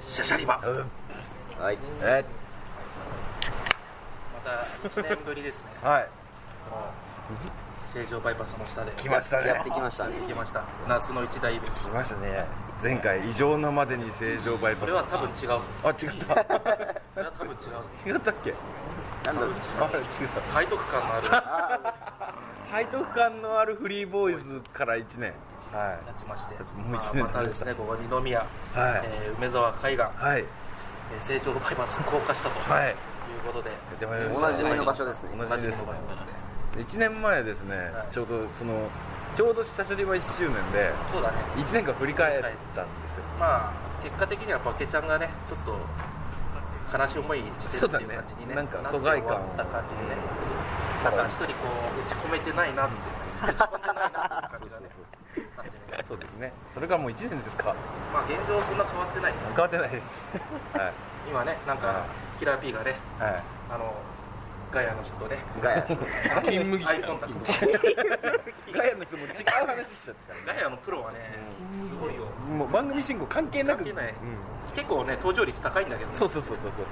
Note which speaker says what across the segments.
Speaker 1: シャシャリバ、
Speaker 2: はい
Speaker 3: え
Speaker 1: また1年ぶりですね
Speaker 3: はい
Speaker 1: この成城バイパスの下で
Speaker 3: 来ましたね
Speaker 2: やってきましたね
Speaker 1: 行きました夏の一大イベント
Speaker 3: 来ましたね前回異常なまでに正常バイ
Speaker 1: そ
Speaker 3: パ
Speaker 1: れ
Speaker 3: ス
Speaker 1: は多分違うぞ
Speaker 3: あ違った
Speaker 1: それは多分違うぞ
Speaker 3: 違ったっけ
Speaker 2: なんだろう
Speaker 3: あ違っ
Speaker 1: 背徳感のある立
Speaker 3: た背徳感のあるフリーボーイズから1年は
Speaker 1: ちまして
Speaker 3: もう一年
Speaker 1: まあまたですねここ二宮、
Speaker 3: いはい、
Speaker 1: えー梅沢海岸、
Speaker 3: はい
Speaker 1: えー、成城バイパス高架下と、
Speaker 3: はい
Speaker 1: いうことで
Speaker 3: 出てまいりま
Speaker 2: お
Speaker 3: し
Speaker 2: な
Speaker 3: た
Speaker 2: じみの場所ですね
Speaker 3: おなじみです
Speaker 1: おなじみの場所で
Speaker 3: 1年前ですね、
Speaker 1: はい
Speaker 3: ちょうどそのちょうど下処理場1周年で
Speaker 1: そうだね
Speaker 3: 1年間振り返ったんですよ
Speaker 1: まあ結果的にはバケちゃんがねちょっと悲しい思いしてるっていう感じにね
Speaker 3: そうだねなんか
Speaker 1: って
Speaker 3: 疎外感を
Speaker 1: 終わった感じにねなんか一人こう打ち込めてないなっていう打ち込んでないなっていう感じがね感じにね
Speaker 3: そうですねそれからもう1年ですか
Speaker 1: まあ現状そんな変わってない
Speaker 3: 変わってないですはい
Speaker 1: 今ねなんか
Speaker 3: は
Speaker 1: キラー P がね
Speaker 3: はい
Speaker 1: あのガヤの人とね
Speaker 2: ガヤ
Speaker 1: アイコンタクト
Speaker 3: ガヤの人も違う話しちゃっ
Speaker 1: ガヤのプロはねすごいよ
Speaker 3: たもう番組進行関係なく
Speaker 1: 関係ない
Speaker 3: うん
Speaker 1: 結構ね登場率高いんだけどね
Speaker 3: そうそうそうそうそう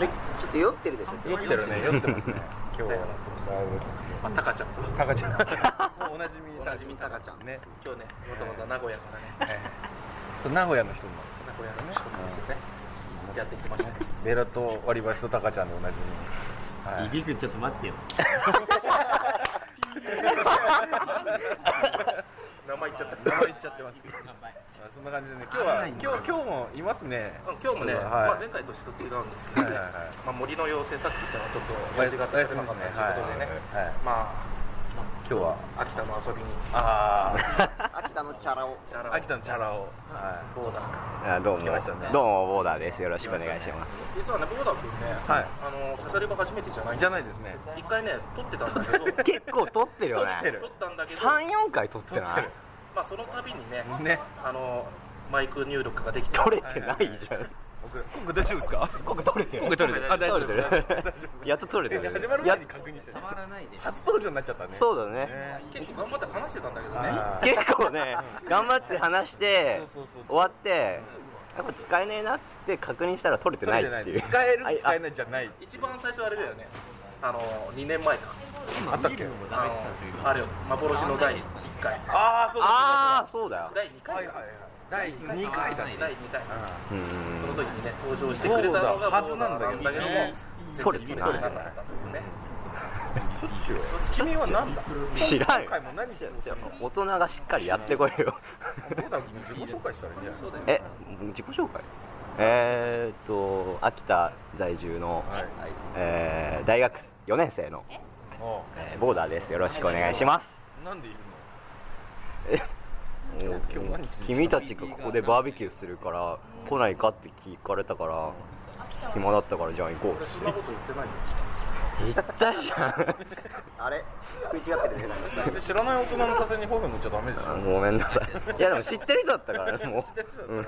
Speaker 2: えちょっと酔ってるでしょ
Speaker 3: そう酔ってるね酔ってますね今日は
Speaker 1: まあタカちゃんと
Speaker 3: タカちゃんもうおなじみ
Speaker 1: おなじみ
Speaker 2: タカちゃん
Speaker 3: ね
Speaker 1: 今日ねわざわざ名古屋からね
Speaker 3: そう名古屋の人も
Speaker 1: 名古屋の人なんですよねやってきましたね
Speaker 3: ベラと割り箸とタカちゃんでおなじみはい
Speaker 4: ビビ君ちょっと待ってよ
Speaker 1: 名前言っちゃった
Speaker 3: 名前言っちゃってますけどあそんな感じでね今日は今日今日もいますね
Speaker 1: 今日もね、
Speaker 3: はい
Speaker 1: まあ、前回とちょっと違うんですけど、
Speaker 3: はいはいはい
Speaker 1: まあ、森の妖精さっきちゃんはちょっと
Speaker 3: お
Speaker 1: 親
Speaker 3: やす
Speaker 1: 父が
Speaker 3: みですね
Speaker 1: 立てなかったということでね、
Speaker 3: はいはい
Speaker 1: ま
Speaker 3: 今日は
Speaker 1: あ秋田の遊びに
Speaker 3: あ
Speaker 2: 秋田のチャラを
Speaker 1: チャ
Speaker 3: あ
Speaker 1: ラ
Speaker 3: 秋田のチャラをは
Speaker 1: ボーダー
Speaker 5: あどうも、
Speaker 3: 来ましたね
Speaker 5: どうもボーダーですよろしくお願いします
Speaker 1: 実はねボーダー君ね、
Speaker 3: はい
Speaker 1: あのシャシャリバ初めてじゃない
Speaker 3: いじゃないいですね
Speaker 1: 一回ね撮ってたんだけど
Speaker 5: 結構撮ってるよね
Speaker 3: 撮ってる
Speaker 1: 撮ったんだけど、
Speaker 5: 34回撮ってない
Speaker 1: まあ、その度にね
Speaker 3: ね
Speaker 1: あのマイク入力ができて
Speaker 5: 撮れてないじゃん
Speaker 3: 僕コック大丈夫ですか
Speaker 5: 今回撮れて
Speaker 3: コック取れてるあ大丈
Speaker 5: 撮
Speaker 3: 夫
Speaker 5: れて
Speaker 3: です
Speaker 5: るやっと撮れてる
Speaker 3: 始まる
Speaker 5: や
Speaker 3: 前に確認してね
Speaker 4: 触らないで
Speaker 3: 初登場になっちゃったね
Speaker 5: そうだね
Speaker 3: ね
Speaker 1: 結構頑張って話してたんだけどね
Speaker 3: あー
Speaker 5: 結構 ね頑張って話して
Speaker 3: そうそうそう
Speaker 5: 終わってあこれ使えねえなっつって確認したら撮れてないっていう
Speaker 3: 使える
Speaker 5: あい
Speaker 3: 使えないじゃない
Speaker 1: 一番最初あれだよねあの2年前か
Speaker 3: あったっけ
Speaker 1: あのあれよ幻の第1回
Speaker 3: ああそう
Speaker 5: ああそうだよ
Speaker 1: 第2
Speaker 3: は
Speaker 1: 回
Speaker 3: いはい
Speaker 1: か
Speaker 3: はい第2回だね
Speaker 1: 第2回
Speaker 3: あ
Speaker 5: う
Speaker 1: そ
Speaker 5: ん
Speaker 1: の時にね登場してくれたのが
Speaker 3: そうだはずなんだけど
Speaker 1: ボーダー
Speaker 3: ね
Speaker 1: 全然取
Speaker 5: 取れ
Speaker 1: れ
Speaker 5: て
Speaker 1: て
Speaker 5: ない
Speaker 1: なかったっていうね
Speaker 3: 君は何だ
Speaker 5: 知らん
Speaker 3: 今回も何してるんですか
Speaker 5: 大人がしっかりやってこいよ
Speaker 3: どうだ君自己紹介したらいいんじゃない
Speaker 1: そうだよね
Speaker 5: え自己紹介えーっと秋田在住の、
Speaker 3: はい
Speaker 5: えー大学4年生の、
Speaker 3: お
Speaker 5: えーボーダーですよろしくお願いします
Speaker 3: うなんでいるの
Speaker 5: もう
Speaker 3: 今日何してる
Speaker 5: 君たちがここでバーベキューするから来ないかって聞かれたから暇だったからじゃあ行こうっ
Speaker 1: 俺
Speaker 5: つ
Speaker 1: そ
Speaker 5: っ
Speaker 1: んなこと言ってないよ
Speaker 5: て行ったじゃ
Speaker 2: あれ食い違ってるじゃないです
Speaker 3: 知
Speaker 2: か
Speaker 3: らない大人の左遷にホフ乗っちゃダメでしょ
Speaker 5: ん ごめんなさいいやでも知ってる人だったからもう、うん、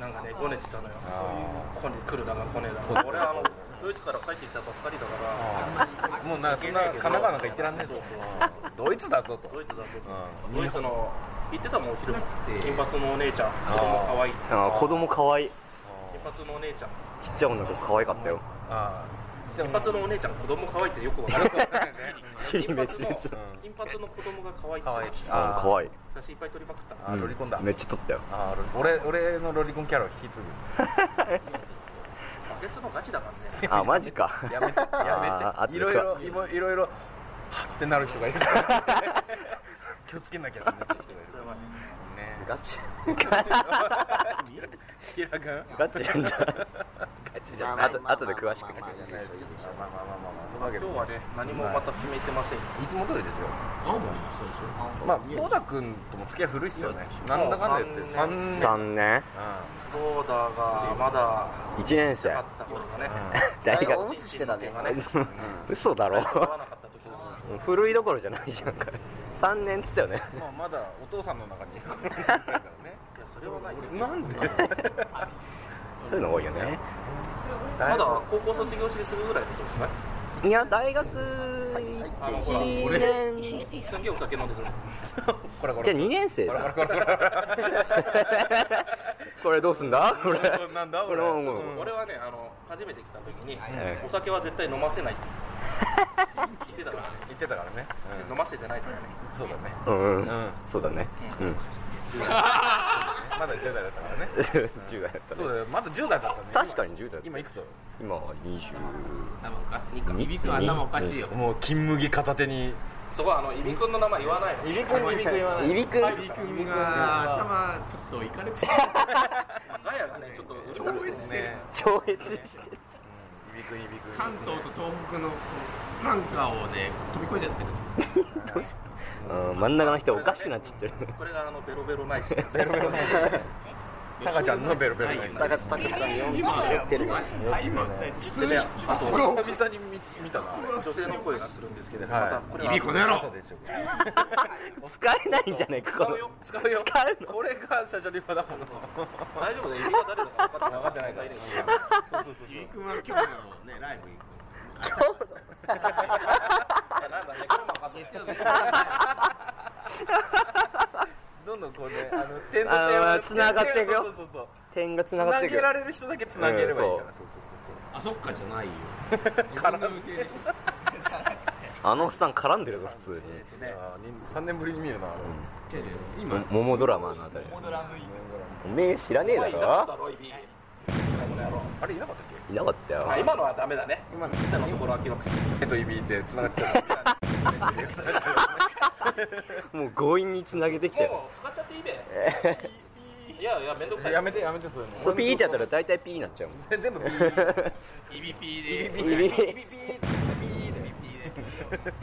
Speaker 1: なんかねごねてたのよ
Speaker 3: あ
Speaker 1: ここに来るだがこねえだが俺あのドイツから帰ってきたばっかりだから
Speaker 3: ーもうなそんな神奈川なんか行ってらんねえ
Speaker 1: そう
Speaker 3: ぞ
Speaker 1: そう
Speaker 3: ドイツだぞと
Speaker 1: ドイツだと
Speaker 3: うん
Speaker 1: ドイツの言ってたもんお昼も金髪のお姉ちゃん子供可愛いい
Speaker 5: あー子供可愛い
Speaker 1: 金髪のお姉ちゃん
Speaker 5: ちっちゃい女の子可愛かったよ
Speaker 3: あ
Speaker 1: 金髪のお姉ちゃん子供可愛いってよくわから ない
Speaker 5: 知り
Speaker 1: 金
Speaker 5: 滅
Speaker 1: 髪
Speaker 5: 裂
Speaker 1: の
Speaker 5: うん
Speaker 1: 金髪の子供が可愛いって
Speaker 3: 可愛い
Speaker 5: うん可愛い
Speaker 1: 写真いっぱい撮りまくった
Speaker 3: あーロリコンだ
Speaker 5: めっちゃ撮ったよ
Speaker 3: あー俺俺のロリコンキャラを引き継
Speaker 1: バケツのガチだから ね
Speaker 5: あマジか
Speaker 3: ぐやめて
Speaker 5: あー
Speaker 3: や
Speaker 5: あ
Speaker 3: めてい
Speaker 5: と
Speaker 3: ろいろいろいろいろはっってなる人がいる から気をつけなきゃそんな人がいるか
Speaker 1: やばい
Speaker 3: らね
Speaker 2: ガチ
Speaker 3: 平君
Speaker 5: ガチなんだあと後で詳しく
Speaker 2: まあまあまあまあいいでしょ
Speaker 3: まあまあまあまあまあそんなわ
Speaker 1: 今
Speaker 3: けで
Speaker 1: 日はね何もまた決めてませんよ
Speaker 3: いつも通りですよ
Speaker 4: 青森
Speaker 3: まあボダ君とも付き合い古いっすよねなんだかんだ言って
Speaker 1: もう三
Speaker 3: 3年
Speaker 5: 3年
Speaker 1: ボーダーがまだ
Speaker 5: 1年生
Speaker 1: あった頃がね
Speaker 5: 大
Speaker 2: 大学
Speaker 5: 学
Speaker 2: おむつしてたね
Speaker 1: 人生がね
Speaker 5: 嘘だ
Speaker 1: 合
Speaker 5: ろ
Speaker 1: わなかった時です
Speaker 5: 古いどころじゃないじゃんか3年っつったよね
Speaker 3: うんまあまだお父さんの中にいる子もいるからね
Speaker 1: いやそれはない
Speaker 3: なんで
Speaker 5: そういうの多いよね
Speaker 1: まだ高校卒業してすぐぐらいのことですね
Speaker 5: いや大学
Speaker 1: あのほら
Speaker 5: 1年
Speaker 1: すんげえお酒飲んでくる
Speaker 3: これこ
Speaker 5: じゃ
Speaker 3: れ
Speaker 5: あ2年生
Speaker 3: これこれ
Speaker 5: だ
Speaker 3: これこれ
Speaker 5: これどうすんだこれ
Speaker 3: なんだ
Speaker 5: こ
Speaker 3: 俺
Speaker 5: れもう
Speaker 3: うん
Speaker 1: 俺はねあの初めて来た時に、
Speaker 5: ええ
Speaker 1: お酒は絶対飲ませないって言ってたからね
Speaker 3: 言ってたからね、
Speaker 1: 飲ませてないからね
Speaker 3: うんそうだね
Speaker 5: うん、う
Speaker 3: うんん、
Speaker 5: そうだねうん
Speaker 3: ま だ10代だったからね
Speaker 5: 10代だった
Speaker 3: そう
Speaker 5: ね
Speaker 3: だよまだ10代だったね
Speaker 5: 確かに10代
Speaker 3: 今いくつだろ
Speaker 5: 今は20
Speaker 4: 頭おかしいいびくん頭おかしいよ
Speaker 3: もう金麦片手に
Speaker 1: そこはあのいびくんの名前言わないの
Speaker 3: いびくんいびくん言わない
Speaker 5: いびくん
Speaker 4: 君が頭ちょっといかれてる
Speaker 1: ガヤがねちょっとうるさくてね
Speaker 3: ね
Speaker 5: 超越してる
Speaker 3: いびくんいびくん
Speaker 4: 関東と東北のなんかをね飛び越えちゃってる
Speaker 5: うん真ん中の人おかしくなっちゃってる
Speaker 1: これがあのベロベロないし
Speaker 3: ベロベロねタカちゃんのベロベロね
Speaker 4: ないよ
Speaker 2: 佐賀拓ちゃん4回やってるね
Speaker 4: 今ね実
Speaker 1: でねあと
Speaker 3: 久々に見見たな
Speaker 1: 女性の声がするんですけど、
Speaker 3: はい
Speaker 1: またこれ
Speaker 4: い
Speaker 1: は
Speaker 4: びこの野郎
Speaker 3: 後でちょっと
Speaker 5: 使えないんじゃないか
Speaker 1: 使
Speaker 5: この
Speaker 1: うよ
Speaker 3: 使うよ
Speaker 5: 使うの
Speaker 3: これがシャシャリバだもの
Speaker 1: 大丈夫だよ、指が誰だか分かってない分かってないから
Speaker 3: そうそうそうそう
Speaker 4: 君は今日のねライブ行く
Speaker 1: いやなんだね、これもあそこ
Speaker 3: どんどんこうねあの点
Speaker 5: あの
Speaker 3: 点を
Speaker 5: 繋がっていくよ
Speaker 3: そうそうそう
Speaker 5: 点がつ
Speaker 3: つ
Speaker 5: なが
Speaker 3: な
Speaker 5: ってる
Speaker 3: げられる人だけつなげればいいから、
Speaker 5: うん
Speaker 3: そうそうそ
Speaker 4: あそっかじゃないよ自分の受け入れ
Speaker 5: あのおっさん絡んでるぞ普通に
Speaker 1: ね
Speaker 3: うあーに三年ぶりに見るなあれ、
Speaker 4: 違う違う
Speaker 5: も
Speaker 4: 今
Speaker 5: 桃ドラマのあたりおめえ知らねえ
Speaker 1: お前
Speaker 5: だ
Speaker 1: いなかった
Speaker 5: ろ
Speaker 1: ろ、指この野郎
Speaker 3: あれいなかったっけ
Speaker 5: いなかったよ
Speaker 1: あ今のはダメだね
Speaker 3: 今の
Speaker 1: 今のところは記録する
Speaker 3: 手と指でつながってる
Speaker 5: もう強引につなげてきたよ
Speaker 1: もう使っちゃっていいべいやいや、めんどくさい
Speaker 3: やめてやめてそれも
Speaker 5: これピーってやったら大体ピーになっちゃうもん
Speaker 3: 全部ピー
Speaker 4: EBP で
Speaker 5: イビ
Speaker 1: ピ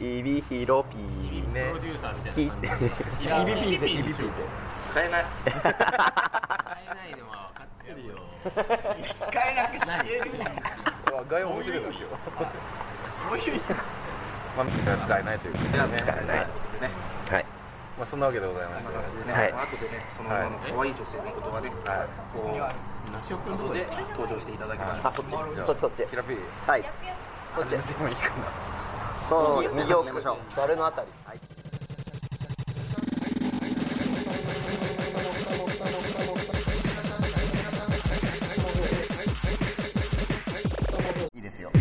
Speaker 1: ー
Speaker 5: イビヒロピー
Speaker 4: プロデューサーみたいな感じ
Speaker 3: EBP で EBP で
Speaker 1: 使えない
Speaker 4: 使えないのは分かってるよ使えなくしてる
Speaker 3: あ外音面白いな今日そういうまあ使えないということ
Speaker 1: い
Speaker 3: で
Speaker 1: や、
Speaker 3: ね
Speaker 1: 使えないということでね
Speaker 5: はい
Speaker 3: まあそんなわけでございまし
Speaker 1: そん
Speaker 3: て
Speaker 1: な感じでね、
Speaker 5: はい
Speaker 1: まあ後でね、そのあの可愛い女性のことがね、こう
Speaker 4: ショックのとこで
Speaker 1: 登場していただきましょ
Speaker 5: あそっちそっちそっち
Speaker 3: キラピー
Speaker 2: はい
Speaker 5: そっち
Speaker 3: でもいいか
Speaker 2: そうですね
Speaker 5: 右
Speaker 2: 始
Speaker 5: 奥
Speaker 2: めましょう
Speaker 5: ざるのあたり
Speaker 2: いいですよ
Speaker 5: う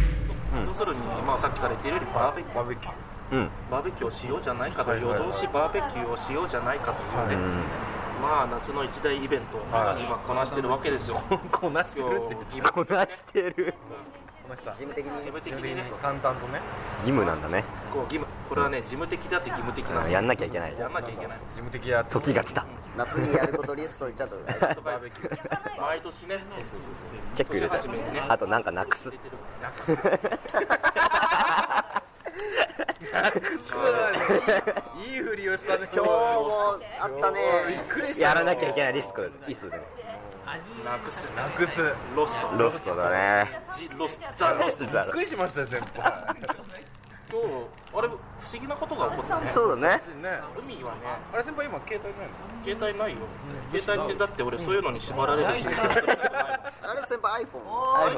Speaker 1: う。
Speaker 5: ん
Speaker 1: 要するに、まあさっきから言ってるよりバーベキュー、バーベキュー、
Speaker 5: うん
Speaker 1: バーベキューをしようじゃないかと、
Speaker 3: はいはい
Speaker 1: 夜
Speaker 3: はい
Speaker 1: 通しバーベキューをしようじゃないかというね、まあ夏の一大イベントを
Speaker 3: はい
Speaker 1: 今こなしてるわけです よ。
Speaker 3: なこなしてる
Speaker 1: 今
Speaker 3: っ
Speaker 1: 日
Speaker 3: て言って
Speaker 1: 義務
Speaker 3: こなした
Speaker 2: 事務
Speaker 5: こなしてる
Speaker 2: 的に
Speaker 1: 事務的にね、
Speaker 3: 淡々とね
Speaker 5: 義務なんだね
Speaker 1: こう義務、これはね事務的だって義務的な
Speaker 5: うん
Speaker 1: の。
Speaker 5: やんなきゃいけない
Speaker 1: やんなきゃいけない。
Speaker 3: 事務的や
Speaker 5: 時が来た
Speaker 2: 夏にやることリストちゃんと
Speaker 1: バーベキュー。毎年ね、
Speaker 5: チェック入れた
Speaker 1: 年始めにね
Speaker 5: あとなんかなくす
Speaker 1: 入れてるからね
Speaker 3: いいふりをしたね
Speaker 2: 今日もあったね
Speaker 3: びっくりした
Speaker 5: やらなきゃいけないリスクリスクだね
Speaker 1: なくす、
Speaker 3: なくすびっ
Speaker 1: ロスト、
Speaker 5: ロストだね
Speaker 1: ジロス、ザロスト。
Speaker 5: ざる
Speaker 3: くりし ましたよ先輩
Speaker 1: 今日あれ不思議なことが起こったね。
Speaker 5: そうだね
Speaker 3: ね
Speaker 1: 海はね、
Speaker 3: あれ先輩今携帯な
Speaker 1: 携
Speaker 3: いの
Speaker 1: 帯ないよ。携帯ってだって俺そういうのに縛られる人生だからないもん
Speaker 2: あれ先輩 iPhone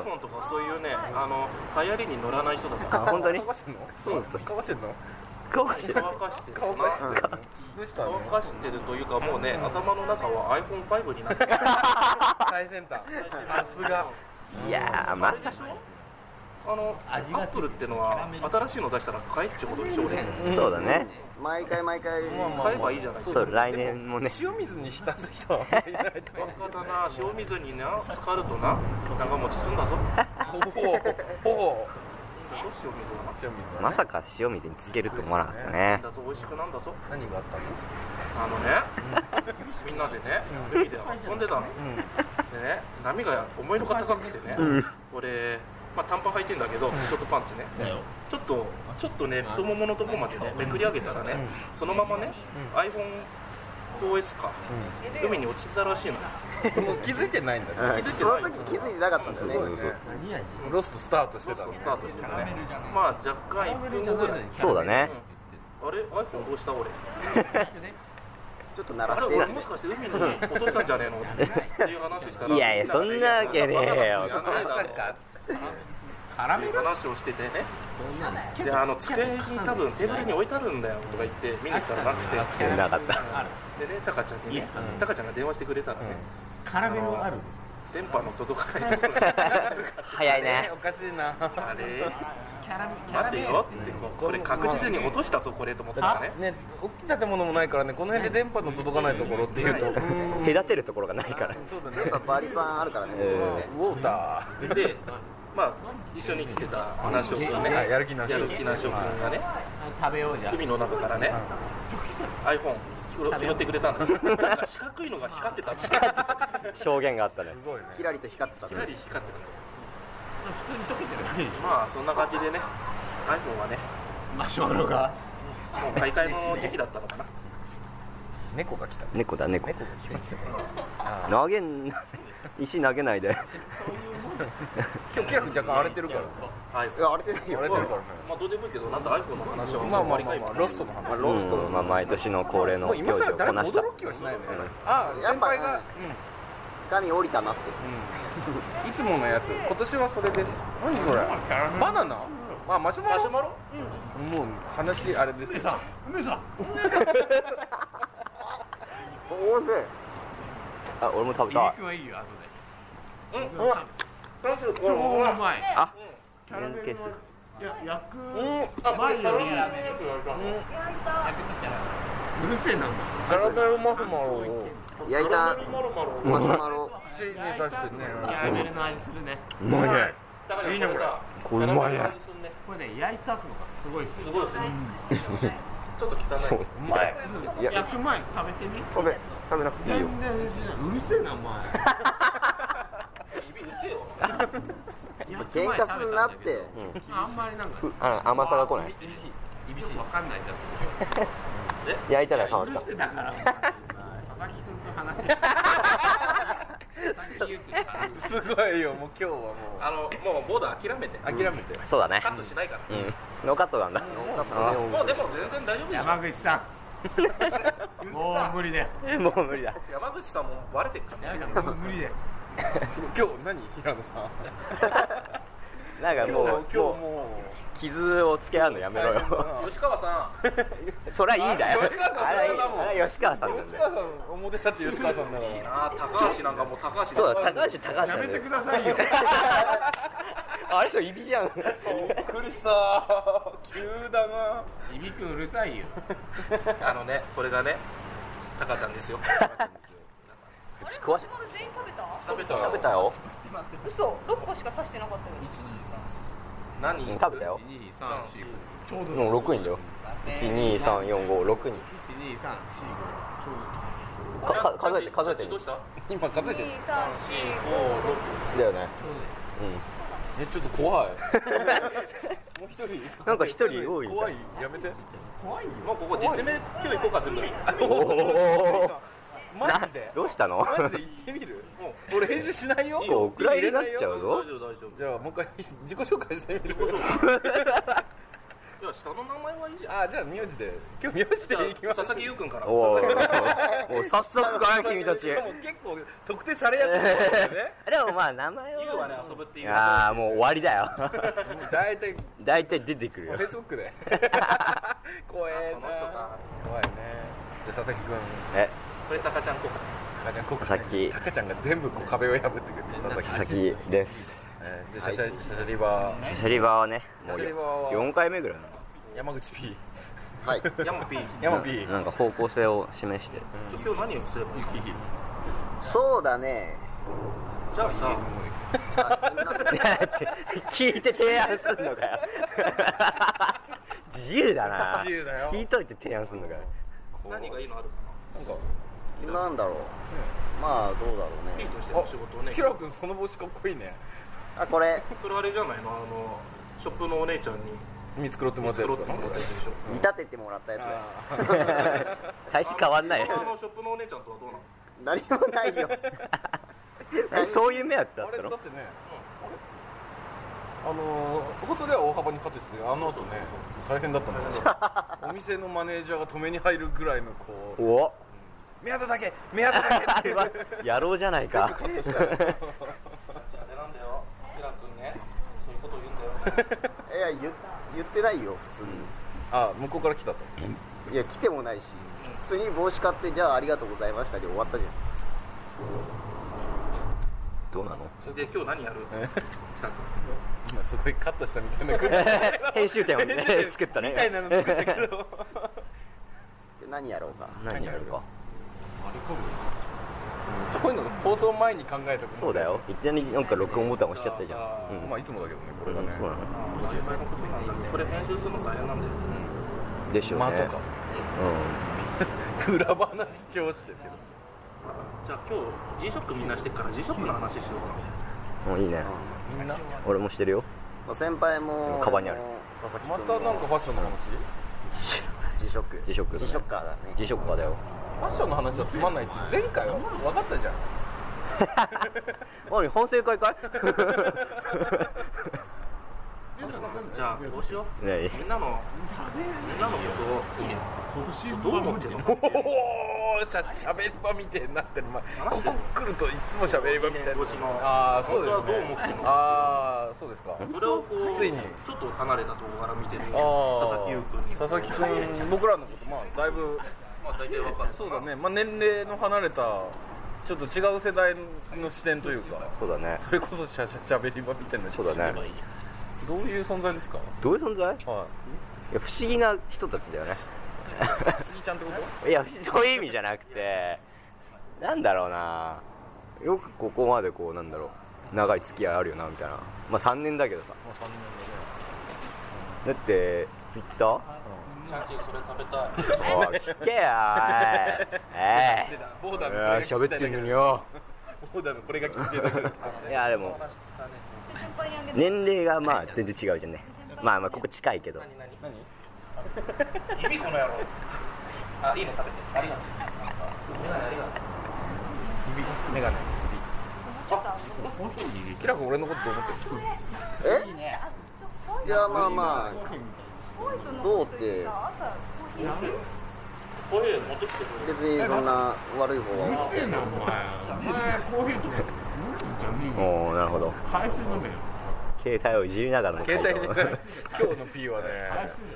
Speaker 1: iPhone とかそういうね、あの流行りに乗らない人だ
Speaker 5: あ
Speaker 1: か
Speaker 5: 本当に
Speaker 3: かわしてんの
Speaker 5: そう
Speaker 3: かわしてんの
Speaker 5: 顔が
Speaker 1: ら、乾かしてるな
Speaker 3: 乾かしてんのどうしたの
Speaker 1: 乾かしてるというか、もうね、頭の中は iPhone5 になってる、
Speaker 3: 最先端さすが
Speaker 5: いやーまさか
Speaker 1: あのアップルってのは、新しいの出したら買えってことでしょ、俺、
Speaker 5: そうだね
Speaker 2: 毎回毎回
Speaker 1: 買えばいいじゃないか。
Speaker 5: そう来年もね
Speaker 3: 塩水に浸す人はあんまりいないと
Speaker 1: バカだな、塩水にな、浸かるとな、長持ちすんだぞ。
Speaker 3: ほ
Speaker 1: だ
Speaker 3: ほほほ
Speaker 1: ぞ塩水はな。
Speaker 3: 塩水
Speaker 5: まさか塩水につけると思わなかったね
Speaker 1: だぞ、美味しくなんだぞ。
Speaker 3: 何があったの
Speaker 1: あのね、みんなでね、海で遊んでたの。でね、波が思いの方が来てね、俺、まあ、短パン履いてんだけど、ショートパンツね、
Speaker 4: だよ
Speaker 1: ちょっと、ちょっとね、太もものとこまでね、めくり上げたらね、そのままね、iPhoneOS か、海に落ちてたらしいの。
Speaker 3: もう気づいてないんだね
Speaker 2: うんその時気づいてなかったんだよね
Speaker 4: 何味
Speaker 3: ロストスタートして
Speaker 1: ロス
Speaker 3: たの
Speaker 1: トスタートしてね、まあ、若干1分後ぐらい。
Speaker 5: そうだね
Speaker 1: あれ iPhone どうした俺
Speaker 2: ちょっと鳴ら
Speaker 1: あれ
Speaker 2: して
Speaker 1: 俺もしかして海に落としたんじゃねえのっていう話したら
Speaker 5: いやいやそんなわけねえ
Speaker 1: や
Speaker 5: よ
Speaker 1: んねえだろ
Speaker 4: 絡める
Speaker 1: 話をしててねであの机に多分テーブルに置いてあるんだよとか言って見に行ったらなくて
Speaker 5: なかった
Speaker 1: でねタカちゃんにねタカちゃんが電話してくれたらね、
Speaker 4: カラメルある
Speaker 1: 電波の届かないところ
Speaker 5: 早いね
Speaker 3: おかしいな
Speaker 1: あれ
Speaker 4: キャラメキャラ
Speaker 1: 待
Speaker 4: メ
Speaker 1: て
Speaker 4: ル
Speaker 1: よってこうこれ確実に落としたぞこれと思ったからね
Speaker 3: ね大きい建物もないからねこの辺で電波の届かないところっていうと
Speaker 5: 隔てるところがないから
Speaker 3: そうだ
Speaker 2: やっ
Speaker 3: ね
Speaker 2: ぱバリさんあるからね、
Speaker 5: え
Speaker 3: ウォータ
Speaker 1: でまあ一緒に来てた話を君ね
Speaker 3: はいやる気なし
Speaker 1: やる気なしょ君がね
Speaker 4: 食べようじゃん
Speaker 1: 海の中からね iPhone 拾拾ってくれたんだけどなんか四角いのが光ってたって光ってた
Speaker 5: ー証言があったね
Speaker 3: ーすごいね
Speaker 2: キラリと光ってたね
Speaker 1: 光ってた
Speaker 4: 普通に溶けてるだけでし
Speaker 1: まあそんな感じでね iPhone はね
Speaker 4: ょマシュマロが
Speaker 1: もう買い替えの時期だったのかな
Speaker 3: 猫が来た
Speaker 5: 猫だ猫
Speaker 3: 猫が来ましたあ
Speaker 5: 投げん石投げないで
Speaker 3: ー今日キラ君若干荒れてるからね
Speaker 1: iPhone
Speaker 2: いや、荒れてないよ
Speaker 3: 荒れてるからね
Speaker 1: まあどうでもいいけどなんか iPhone の話は
Speaker 3: まあまあ
Speaker 1: り
Speaker 3: ま
Speaker 1: か
Speaker 3: あ
Speaker 1: 今
Speaker 3: まあロストの話
Speaker 2: まあ、ロスト、
Speaker 5: うんまあ、毎年の恒例
Speaker 3: も
Speaker 5: の
Speaker 3: う
Speaker 5: 行
Speaker 3: 今
Speaker 5: 事
Speaker 3: 更
Speaker 5: を
Speaker 3: 誰
Speaker 5: こ
Speaker 3: も
Speaker 5: なした
Speaker 3: 驚きはしないよね
Speaker 5: うん
Speaker 3: ああ
Speaker 2: やっ
Speaker 3: 先
Speaker 2: ぱ
Speaker 3: 輩が
Speaker 2: 神降りたなって
Speaker 3: うんいつものやつ今年はそれです何それバナナあマシュマロマシュマロもう話あれです
Speaker 4: さん梅さん
Speaker 2: おおいしい
Speaker 5: あ俺も食べ
Speaker 4: 入れ
Speaker 5: た
Speaker 4: 食はいいよ後で
Speaker 1: うんほらなんていうのこれ
Speaker 4: 超
Speaker 1: ほ
Speaker 4: う
Speaker 1: ら
Speaker 4: まい
Speaker 5: いメンズケース
Speaker 4: や焼く
Speaker 1: うんあ
Speaker 4: 前より
Speaker 1: キャラメルちょっとやりた
Speaker 4: うるせえなお前
Speaker 3: キャラメルマシュマロを
Speaker 2: 焼いた
Speaker 1: マロマロ
Speaker 2: マシュマロ
Speaker 3: 口にさしてね
Speaker 4: キャラメルの味するね
Speaker 5: うまいね
Speaker 1: だからこれさ
Speaker 5: これうまい
Speaker 1: キャ
Speaker 5: ね
Speaker 1: ラメルの味すんね
Speaker 4: これね焼いた後のがすごいっす
Speaker 1: すごいですねちょっと
Speaker 5: そ
Speaker 1: 汚いうけど
Speaker 5: うまいいや
Speaker 4: 焼く前に食べてみ
Speaker 5: ごめん食べなくていいよ
Speaker 4: 全然美味しいうるせえなお前
Speaker 1: 指うせえよ
Speaker 2: 喧嘩すんなって
Speaker 4: あんまりなんか
Speaker 5: あの甘さが来ない
Speaker 4: 厳しいわかんないじゃん
Speaker 5: 焼いたら変わった
Speaker 4: だからお前佐々木君と話 してる佐々木優君と話してる
Speaker 3: すごいよもう今日はも
Speaker 1: あのもうボーダー諦めて
Speaker 3: う諦めて
Speaker 5: そうだね
Speaker 1: カットしないか
Speaker 5: うんノーカットなんだ
Speaker 1: らもうでも全然大丈夫でしょ
Speaker 4: 山口さんもう無理だよ
Speaker 5: もう無理だ
Speaker 1: 山口さんもバレてっかね
Speaker 4: 山口さんもう無 理だよ
Speaker 3: 今日何平野さん
Speaker 5: なんか
Speaker 3: 今
Speaker 5: も
Speaker 3: 日
Speaker 5: う
Speaker 3: 今日
Speaker 5: も
Speaker 3: も
Speaker 5: う傷をつけ合うのやめろよ
Speaker 1: 吉川さん
Speaker 5: そりゃいいだよ
Speaker 3: あ吉川さん
Speaker 5: あれ
Speaker 3: それはもう
Speaker 5: あれ吉川さんなん
Speaker 3: 吉
Speaker 5: だ
Speaker 3: 川
Speaker 5: よ
Speaker 3: さん表立って吉川さんだか
Speaker 1: いいな高橋なんかもう高橋
Speaker 5: そうだ高橋高橋
Speaker 4: や
Speaker 5: なん
Speaker 4: め
Speaker 5: だ
Speaker 4: て
Speaker 5: よ
Speaker 4: ください よ
Speaker 5: あれそう指じゃん
Speaker 3: らびっくりした急だない
Speaker 4: びくんうるさいよ
Speaker 1: あのねこれがね高ちゃんですよ
Speaker 5: ちくわし
Speaker 6: マシュマロ全員食べた
Speaker 1: 食べた
Speaker 5: 食べたよ
Speaker 6: 嘘6個しか刺してなかったよ
Speaker 1: 何
Speaker 5: うん食べたよ
Speaker 4: 12345ちょうど
Speaker 5: もう6人だよ12345人
Speaker 4: 12345ちょう
Speaker 5: かか数えて数えてみ
Speaker 1: どうした
Speaker 3: 今数えてる
Speaker 5: だよね
Speaker 3: えちょっと怖いもう一人
Speaker 5: なんか一人多い
Speaker 3: 怖いやめて
Speaker 4: ど怖いよ
Speaker 1: もうここ実名今日行こうか全部
Speaker 5: うんおお
Speaker 3: マジで
Speaker 5: どうしたの
Speaker 3: マジで行ってみる
Speaker 1: も
Speaker 3: 俺編集しないよ
Speaker 1: いい
Speaker 5: お蔵入りになっちゃ
Speaker 1: う
Speaker 5: う
Speaker 1: 大
Speaker 5: ぞ
Speaker 1: 丈夫大丈夫
Speaker 3: じゃあもう一回自己紹介してみる
Speaker 1: いや下の名前はいいじゃん
Speaker 3: あじゃあ名字で今日名字で行き
Speaker 1: じゃ
Speaker 3: ま
Speaker 1: あ
Speaker 3: す
Speaker 1: 佐々木優くんから
Speaker 5: おーおー早速かな君たち
Speaker 3: しかも結構特定されやすいんだよね
Speaker 5: でもまあ名前
Speaker 1: 優はね
Speaker 5: は
Speaker 1: 遊ぶっていう
Speaker 5: ああもう終わりだよ
Speaker 3: もう大体
Speaker 5: 大体出てくる
Speaker 3: フ
Speaker 5: よ
Speaker 3: ェイスブックで 怖え
Speaker 1: この
Speaker 3: な
Speaker 1: 人か
Speaker 3: 怖いねじゃあ佐々木君
Speaker 5: え
Speaker 1: これ高ちゃん効果
Speaker 3: 赤ちゃんこ
Speaker 5: 佐々木
Speaker 3: 赤ちゃんが全部こう壁を破ってくる佐々木
Speaker 5: 佐々木です
Speaker 3: えーでシャシャシャシャリバー
Speaker 5: シャリバーはねもう
Speaker 3: シャリバーは
Speaker 5: 4回目ぐらい
Speaker 3: 山口 P
Speaker 2: はい
Speaker 1: 山 P
Speaker 3: 山 P
Speaker 5: なのなんか方向性を示して
Speaker 1: 今日何をすればいい
Speaker 2: そうだね
Speaker 1: じゃあさ
Speaker 2: あなんか
Speaker 5: 聞いて提案すんのかよ 自由だな
Speaker 3: 自由だよ
Speaker 5: 聞いといて提案すんのかよ
Speaker 1: 何がいいのあるか
Speaker 2: なんだろうまあどうだろう
Speaker 1: ピ
Speaker 2: ね
Speaker 1: ーとしての仕事をね
Speaker 3: ヒロ君その帽子かっこいいね
Speaker 2: あこれ
Speaker 1: それあれじゃないのあのショップのお姉ちゃんに
Speaker 3: 見繕ってもらったや
Speaker 1: 作
Speaker 3: つ
Speaker 1: ろうってもらったやつでしょ
Speaker 2: 見立ててもらったやつ
Speaker 5: 大して変わんない
Speaker 1: あのあのショップのお姉ちゃんとはどうなの
Speaker 2: 何もないよ
Speaker 5: そういう目当てだ
Speaker 3: あ
Speaker 5: っ
Speaker 3: れ
Speaker 5: た
Speaker 3: だっ
Speaker 5: の
Speaker 3: てね、あのー放送では大幅にカットしてたけどあの後ね大変だったんですよ お店のマネージャーが止めに入るぐらいのこう
Speaker 5: お
Speaker 3: 目当てだけ目当てだけ
Speaker 5: あれは野郎じゃないか
Speaker 1: じゃああれなんだよキラ君ねそういうことを言うんだよ
Speaker 2: いや言言ってないよ普通に
Speaker 3: あ向こうから来たと
Speaker 2: いや来てもないし普通に帽子買ってじゃあありがとうございましたで終わったじゃん
Speaker 5: どうなの
Speaker 1: で今日何やる
Speaker 3: え
Speaker 1: 企画
Speaker 3: 今すごいカットしたみたい な
Speaker 5: 編集点をね
Speaker 3: 編集点
Speaker 5: 作ったね
Speaker 3: みたいなの作った けど
Speaker 2: で何やろうか
Speaker 5: 何やるか
Speaker 3: こういうの放送前に考えとく
Speaker 5: そうだよいきなりなんか録音ボタン押しちゃったじゃん
Speaker 1: さあさあ
Speaker 5: うん
Speaker 3: まあいつもだけどねこ
Speaker 5: う
Speaker 3: れがね
Speaker 5: んそうなの
Speaker 1: まあ当たり前のことなんだけどこれ編集するの大変なんだよ
Speaker 5: でしょうね
Speaker 3: 間とか裏話調子でけど
Speaker 1: じゃあ今日 G ショックみんなしてっから G ショックの話しよう
Speaker 5: うんうんいいね
Speaker 3: みんな
Speaker 5: 俺もしてるよ
Speaker 2: まあ、先輩も
Speaker 5: カバンにある
Speaker 2: 佐々木君
Speaker 3: ま
Speaker 2: も
Speaker 3: たなんかファッションの話
Speaker 2: 辞職
Speaker 5: 辞職だね
Speaker 2: 辞職かだね
Speaker 5: 辞職かだよ
Speaker 3: ファッションの話はつまんないって前回は分かったじゃん
Speaker 5: 何反省会 かい
Speaker 1: かじゃあこうしよう
Speaker 5: ね
Speaker 1: みんなのみんなのことをどう思ってるのかっていう
Speaker 3: おおしゃしゃべり場みてえになってる、まあ、ここ来るといつもしゃべり場みたいな
Speaker 1: 越しの
Speaker 3: ああそうです、ね、
Speaker 1: 本当はどう思ってんの
Speaker 3: ああそうですか
Speaker 1: それをこう
Speaker 3: ついに
Speaker 1: ちょっと離れたところから見てる
Speaker 3: あー
Speaker 1: 佐々木優君に
Speaker 3: 佐々木君僕らのことまあだいぶ
Speaker 1: まあ大体わかる
Speaker 3: そうだね、まあ、年齢の離れたちょっと違う世代の視点というか
Speaker 5: そうだね
Speaker 3: それこそしゃしゃしゃべり場みたいな
Speaker 5: そうだね
Speaker 3: どういう存在ですか
Speaker 5: どういう存在い
Speaker 3: は
Speaker 5: や不思議な人たちだよね
Speaker 3: い杉ちゃんってこと
Speaker 5: いやそういう意味じゃなくてなんだろうなよくここまでこうなんだろう長い付き合いあるよなみたいなまあ3年だけどさ
Speaker 3: まあ3年
Speaker 5: だってツイッター
Speaker 1: シャンチーそれ食べたい
Speaker 5: おい聞けよ おいえ
Speaker 3: だねボー
Speaker 5: え
Speaker 3: ダ
Speaker 5: い
Speaker 3: ー
Speaker 5: や
Speaker 3: のこれ
Speaker 5: 喋
Speaker 3: が
Speaker 5: って
Speaker 3: 聞い
Speaker 5: んの
Speaker 3: て
Speaker 5: に よ
Speaker 3: ボーダーのこれが聞いてるだけだから
Speaker 5: いやでも
Speaker 6: 先輩にあげて。
Speaker 5: 年齢がまあ全然違うじゃんねまあまあここ近いけど
Speaker 1: 意味この野郎あいいの食べてありがとう
Speaker 3: メガネ
Speaker 6: ちょっとあ
Speaker 3: キラ君俺のことどう思ってる
Speaker 2: えいやまあま
Speaker 6: の。
Speaker 2: どうって
Speaker 6: 朝コーヒー飲む
Speaker 1: これ持ってきてく
Speaker 2: あ別にそんな悪い方は思ってない
Speaker 5: おおなるほど携帯をいじりながらの
Speaker 3: 携帯じゃない
Speaker 5: い
Speaker 3: 今日の P はね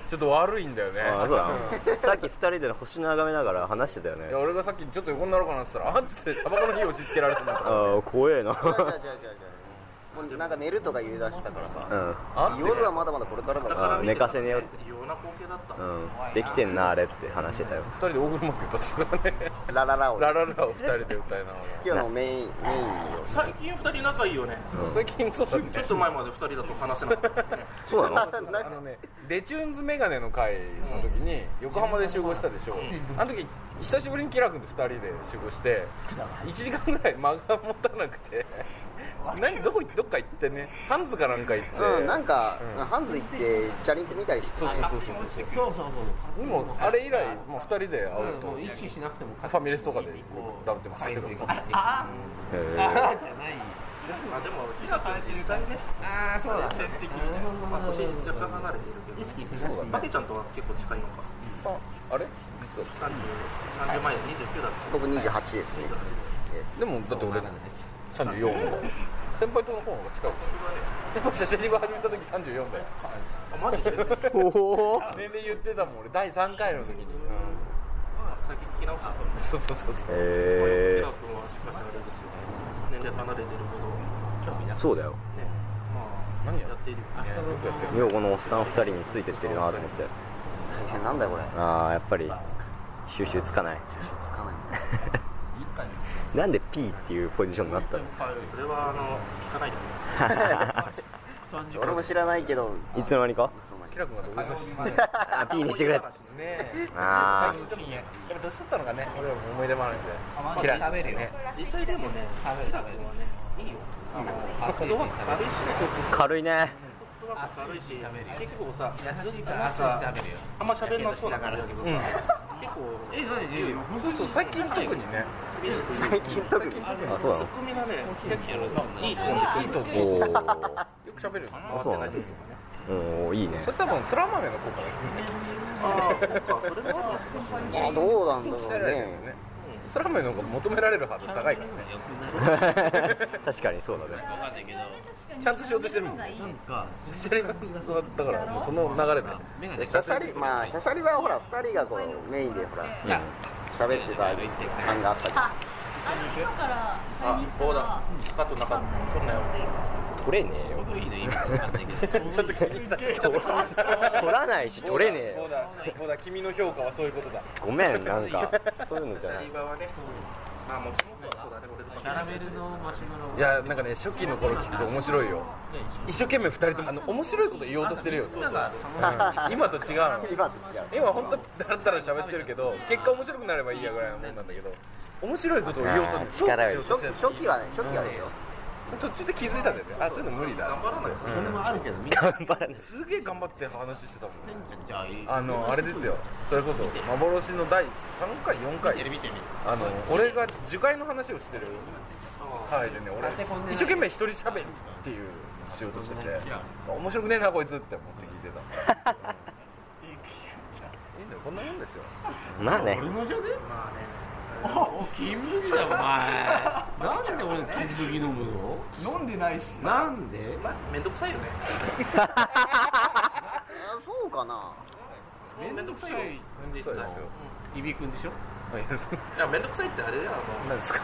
Speaker 3: ちょっと悪いんだよね
Speaker 5: ああそうだなさっき2人で星眺めながら話してたよね
Speaker 3: いや俺がさっきちょっと横になろうかなって言ったらあっつってタバコの火を押し付けられてたんだから
Speaker 5: ああ怖え な
Speaker 2: 違う違う違う違うもうなんか寝るとか言い出したから
Speaker 5: う
Speaker 2: さ
Speaker 5: ん
Speaker 3: あって
Speaker 2: 夜はまだまだこれからだから
Speaker 5: あー寝かせねよって
Speaker 1: 異様な光景だった、
Speaker 5: うんできてんなあれって話してたよ
Speaker 3: 2人で大車曲歌ってたからね
Speaker 2: ラララを
Speaker 3: ラララを2人で歌いなが
Speaker 2: 今日のメインメイン
Speaker 1: 最近二人仲いいよね
Speaker 3: ら最近そうだね
Speaker 1: ちょっと前まで二人だと話せなかったね
Speaker 5: そうなの
Speaker 2: な
Speaker 3: あのねデチューンズメガネの会の時に横浜で集合したでしょあの時久しぶりにキラ君と2人で集合して1時間ぐらい 間が持たなくて何どこどっか行ってねハンズかなんか行って
Speaker 2: うんなんか、ハンズ行ってチャリンコ見たりして
Speaker 3: そうそうそうそう
Speaker 4: そうそうそう
Speaker 3: でもあれ以来もう2人で会うと
Speaker 4: もう意識しなくても
Speaker 3: ファミレスとかでよく食べてますけど
Speaker 4: あ
Speaker 5: へ
Speaker 4: あ
Speaker 5: え
Speaker 4: ああじゃない
Speaker 1: あでもピザされてる際ね
Speaker 4: ああそうだ
Speaker 1: 年齢的にね、まあ、年若干離れてるけ
Speaker 4: 意
Speaker 1: ど
Speaker 4: 識しなくても
Speaker 1: バケちゃんとは結構近いのか
Speaker 3: ああれ実は
Speaker 1: 30 30前29だった
Speaker 2: 僕28ですね
Speaker 3: でもだって俺34先輩との方が近い先輩写真リバ始めた時34だよ
Speaker 1: あマジで
Speaker 5: おお
Speaker 3: 年齢言ってたもん俺第3回の時に、
Speaker 1: 最近聞き直したと思う
Speaker 3: そうそうそうそう
Speaker 5: へえ
Speaker 1: 平君はしかしあれですよね年齢離れてるほど
Speaker 5: そうだよ
Speaker 1: ねまあ
Speaker 3: 何や
Speaker 1: やっているよね
Speaker 3: よくやってる
Speaker 5: ようこのおっさん2人についてってるなと思って
Speaker 2: 大変なんだよこれ
Speaker 5: ああやっぱり収集つかない
Speaker 2: つかない
Speaker 5: なんで P っていうポジションになったの
Speaker 1: それはあの聞かないでね
Speaker 2: 俺も知らないけど
Speaker 5: いつの間にか
Speaker 2: そんなに
Speaker 3: キラ君が土下座してね
Speaker 5: あ P にしてくれ
Speaker 3: え
Speaker 5: あ
Speaker 3: 最近ちょっとねやっぱ年取ったのがね俺らも思い出もあるんでキラ食べるね
Speaker 1: 実際でもね平君はねいいよあのフットワーク軽いしね
Speaker 5: あ軽いね
Speaker 1: フットワーク軽いし結構さずっとなんか
Speaker 4: べるよ
Speaker 1: あんま喋んなそうな感じだけどさ、
Speaker 3: うん
Speaker 1: 結構
Speaker 4: え何言うよ
Speaker 3: そうそう最近特にね
Speaker 1: 厳しく言う
Speaker 2: 最近特に
Speaker 5: あそうな
Speaker 1: ツッ
Speaker 5: の
Speaker 1: コミがね結構いいトーンで来る
Speaker 5: お
Speaker 3: よ く喋るよね
Speaker 5: あ
Speaker 1: 回っ
Speaker 5: そう
Speaker 1: て
Speaker 5: な
Speaker 1: ない
Speaker 5: の
Speaker 1: 時とかね
Speaker 5: おおおいいね
Speaker 3: それ多分そら豆の効果
Speaker 1: あ
Speaker 3: だよ
Speaker 1: あそうかそれもあ
Speaker 2: あどうなんだ
Speaker 3: 鍛えら
Speaker 2: ろう
Speaker 3: れてるよ
Speaker 2: ね
Speaker 3: ねそら豆の方が求められるハードル高いからね
Speaker 5: 確かにそうだね
Speaker 4: かんないけど
Speaker 3: ちゃんとしようとしてるもん
Speaker 4: なんか
Speaker 3: シャリバだからもうその流れだ
Speaker 4: メガ
Speaker 2: で
Speaker 4: ネ
Speaker 2: シャシャリまあシャシャリはほら2人がこうメインでほら
Speaker 5: うん
Speaker 2: 喋ってた感があったけど
Speaker 6: の今から買い
Speaker 1: あ
Speaker 6: に行、
Speaker 1: 棒
Speaker 6: った
Speaker 1: だか
Speaker 6: ら。
Speaker 1: となかった。取んなよ。
Speaker 5: 取れねえよ
Speaker 4: どういうの意味わかんないけどちょっと聞いて
Speaker 5: 取らないし取れねえ
Speaker 3: ボー
Speaker 5: よ
Speaker 3: ダーボーダー君の評価はそういうことだ
Speaker 5: ごめんなんかそういうのじ
Speaker 1: シ
Speaker 5: ゃな
Speaker 1: ャ
Speaker 5: い
Speaker 1: リバはね。まあ、もともとはそうだね、俺と
Speaker 4: キャラメルのマシュマロ
Speaker 3: いやなんかね初期の頃聞くと面白いよ一生懸命二人ともあの面白いこと言おうとしてるよそうそうそう今と違うの
Speaker 2: 今と違う
Speaker 3: 今本当だらだら喋ってるけど結果面白くなればいいやぐらいのもんなんだけど面白いことを言おうと
Speaker 5: あー力を入れて
Speaker 3: そう
Speaker 2: 初
Speaker 3: そうそう
Speaker 2: 期初期はね初期はですよ
Speaker 3: 途中で気づいたんだよねあそういうの無理だ
Speaker 1: 頑張らないと。
Speaker 4: それもあるけどみんな
Speaker 3: すげえ頑張って話してたもんね
Speaker 4: じゃあいい
Speaker 3: あのあれですよそれこそ幻の第3回4回
Speaker 4: 見てる見てる見てる
Speaker 3: あの俺が樹海の話をしてる回でね俺一生懸命一人喋りっていう仕事してて面白くねえなこいつって思って聞いてたいいんだよこんなもんですよ
Speaker 5: まあね
Speaker 4: 俺のじゃね
Speaker 1: まあね。
Speaker 4: お金麦だよお前なんで俺金麦飲むの
Speaker 7: 飲んでないっすよ
Speaker 4: なんで
Speaker 1: まあ、めんどくさいよね。
Speaker 2: あそうかな
Speaker 1: めんどくさいよ。実
Speaker 3: そう
Speaker 1: 際。
Speaker 3: ですよ
Speaker 4: イビ君でしょ
Speaker 1: いや、めんどくさいってあれだよ。あの、
Speaker 3: 何ですか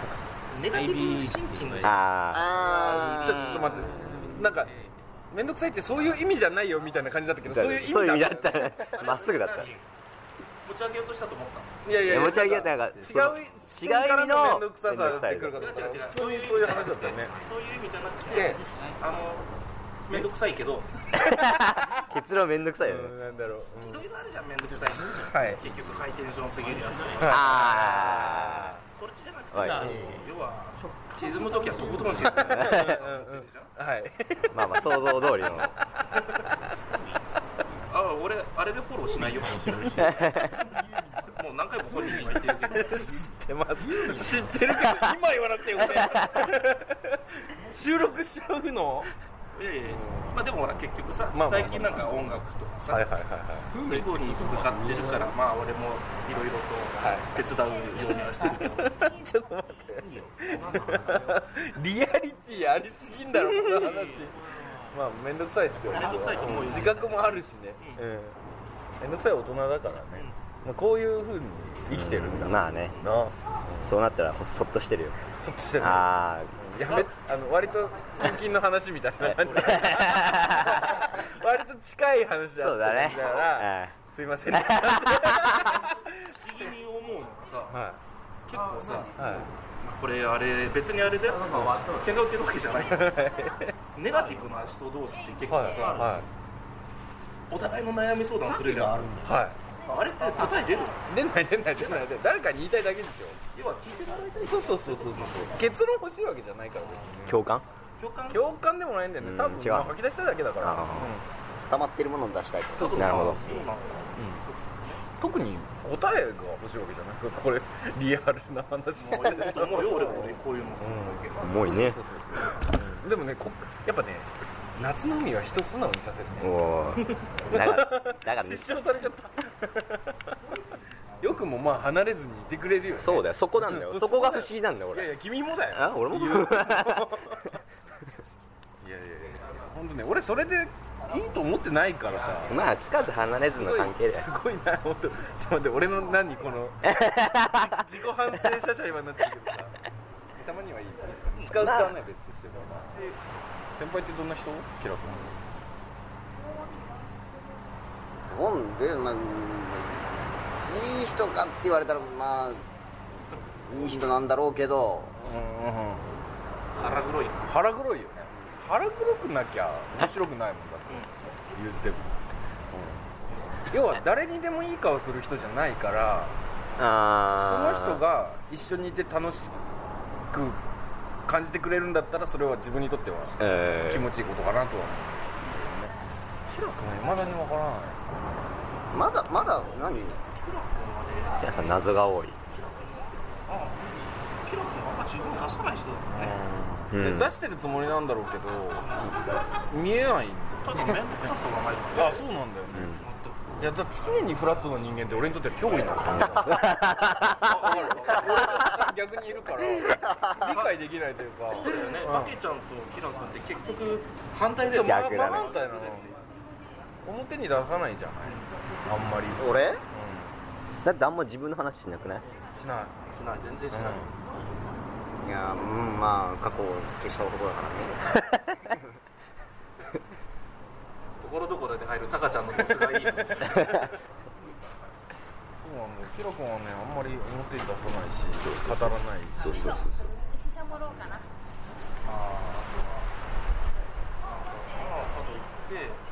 Speaker 1: ネガティブ心筋の。
Speaker 5: あ
Speaker 2: あー
Speaker 3: ちょっと待ってなんか面倒くさいってそういう意味じゃないよみたいな感じだったけ
Speaker 5: あ
Speaker 3: どそういう意
Speaker 5: そう
Speaker 3: 味
Speaker 5: いう
Speaker 3: だ
Speaker 5: 意
Speaker 3: っ
Speaker 5: 味
Speaker 3: た
Speaker 5: だったねまっすぐだっ
Speaker 1: 何持ち上げようとしたと思った。
Speaker 3: いやいやいや
Speaker 5: 持ち上げたなんか
Speaker 3: 違
Speaker 5: その
Speaker 3: う
Speaker 5: 違う意味の
Speaker 3: 面倒くささってくるか
Speaker 1: 違
Speaker 3: ら
Speaker 1: う違う違う。
Speaker 3: そういうそういう話だったよね
Speaker 1: そういう意味じゃなく
Speaker 3: で
Speaker 1: て、あの、めんどくさいけど、
Speaker 5: た結論めんどくさいよね
Speaker 3: うんなんだろううん
Speaker 1: いろいろあるじゃん、めんどくさい。
Speaker 3: はい
Speaker 1: 結局、ハイテンションすぎるやつ。
Speaker 5: あ
Speaker 1: そっちじゃなくて、
Speaker 5: はい
Speaker 1: あの要は、沈むときはとことん 沈む。
Speaker 3: うんうんはい
Speaker 5: あまあまあ想像通りの
Speaker 1: あ、俺、あれでフォローしないよ。もう何回も本人には言ってるけど。
Speaker 3: 知ってます知ってるけど今言わなくてよかった 収録しちゃうの
Speaker 1: いやいやいやまあでもほら結局さ、
Speaker 3: まあまあ
Speaker 1: 最近なんか音楽とかさ、
Speaker 3: はいはい
Speaker 1: そういう方に向かってるから、まあ俺もいろいろ
Speaker 3: はい
Speaker 1: と手伝うようにはして るけど、
Speaker 3: ちょっと待ってリアリティありすぎんだろこの話まあ面倒くさいっすよ
Speaker 1: めんどくさいと思うよ
Speaker 3: 自覚もあるしね
Speaker 1: う
Speaker 3: 面倒くさい大人だからねまあこういうふうに生きてるんだ
Speaker 5: まあね
Speaker 3: なそ
Speaker 5: そうなったらほそっとしてるよ
Speaker 3: っとしてるや
Speaker 5: あ
Speaker 3: めあの割と献金の話みたいな感じ割と近い話だった
Speaker 5: あそうだね
Speaker 3: からすいませんでした
Speaker 1: 不思議に思うのがさ、
Speaker 3: は
Speaker 1: 結構さ、
Speaker 3: いはい
Speaker 1: まあこれあれ別にあれで喧嘩売ってるわけじゃない。 ネガティブな人同士って結構さ、
Speaker 3: は
Speaker 1: お互いの悩み相談するじゃん。
Speaker 3: いは
Speaker 1: あれって答え出るの？
Speaker 3: い出ない出ない出ない出ない誰かに言いたいだけでし
Speaker 1: 要は聞いてもらいたい
Speaker 3: ょそうそうそうそうそう結論欲しいわけじゃないから
Speaker 5: ー
Speaker 3: 別
Speaker 5: 共感
Speaker 1: 共感
Speaker 3: に共感でもないんだよ
Speaker 5: う
Speaker 3: ね
Speaker 5: ん
Speaker 3: 多
Speaker 5: 違う
Speaker 3: 分まあ書き出しただけだから
Speaker 5: あー
Speaker 3: うん
Speaker 2: 溜まってるものを出したいと
Speaker 3: そうそう
Speaker 5: なるほ
Speaker 1: そ
Speaker 5: ど
Speaker 1: うなのよ
Speaker 3: 特に答えが欲しいわけじゃないこれリアルな話
Speaker 1: もういると思うよ俺もこういうの。
Speaker 5: 重いね
Speaker 3: そうそうそううんでもねこやっぱね夏の海は人素直にさせるね
Speaker 5: おーだからだからね
Speaker 3: 失笑されちゃったよくもまあ離れずにいてくれるよね
Speaker 5: そうだよそこ なんだよそこが不思議なんだよ
Speaker 3: いやい
Speaker 5: 俺
Speaker 3: や君もだよ
Speaker 5: あ俺も
Speaker 3: いやいやいや本当ね俺それでいいと思ってないからさ
Speaker 5: まあつかず離れずの関係だよ
Speaker 3: すごいな本当ちょっと待って俺の何こ の自己反省シャシャ今になってるけどさたまにはいいです使う使わないは別としても先輩ってどんな人キラ君
Speaker 2: 本で、まあ、いい人かって言われたらまあいい人なんだろうけど
Speaker 3: うんうん
Speaker 1: 腹黒い。
Speaker 3: 腹黒いよね腹黒くなきゃ面白くないもんだって言っても、要は誰にでもいい顔する人じゃないからその
Speaker 5: あ
Speaker 3: 人が一緒にいて楽しく感じてくれるんだったらそれは自分にとっては
Speaker 5: その人え
Speaker 3: 気
Speaker 5: ー
Speaker 3: 持ちいいことかなとは思うけどねヒロ君はいまだにわからない
Speaker 2: まだまだ何
Speaker 5: やっぱ謎が多い
Speaker 1: ああ、キラ君あんま自分出さない人だもんね。
Speaker 5: うん
Speaker 3: で出してるつもりなんだろうけど見えないん
Speaker 1: ただ面倒くささがないから
Speaker 3: だあそうなんだよね、いやだって常にフラットな人間って俺にとっては脅威なんだよあわかる俺逆にいるから理解できないというか
Speaker 1: そうだよね、
Speaker 3: うん
Speaker 1: バケちゃんとキラ君って結局反対だよね
Speaker 3: そう
Speaker 5: じゃ逆だね
Speaker 3: 真反対なの表に出さないじゃないあんまり、うん、
Speaker 2: 俺
Speaker 5: だってあんま自分の話しなくない
Speaker 3: しない
Speaker 1: しない全然しない、
Speaker 2: いやうんまあ過去を消した男だからね
Speaker 1: ところどころで入るタカちゃんのボスがいい
Speaker 3: そうなんだよキラ君はねあんまり表に出さないし語らないし
Speaker 6: そうそう私シャモローかな
Speaker 1: あーまあかといって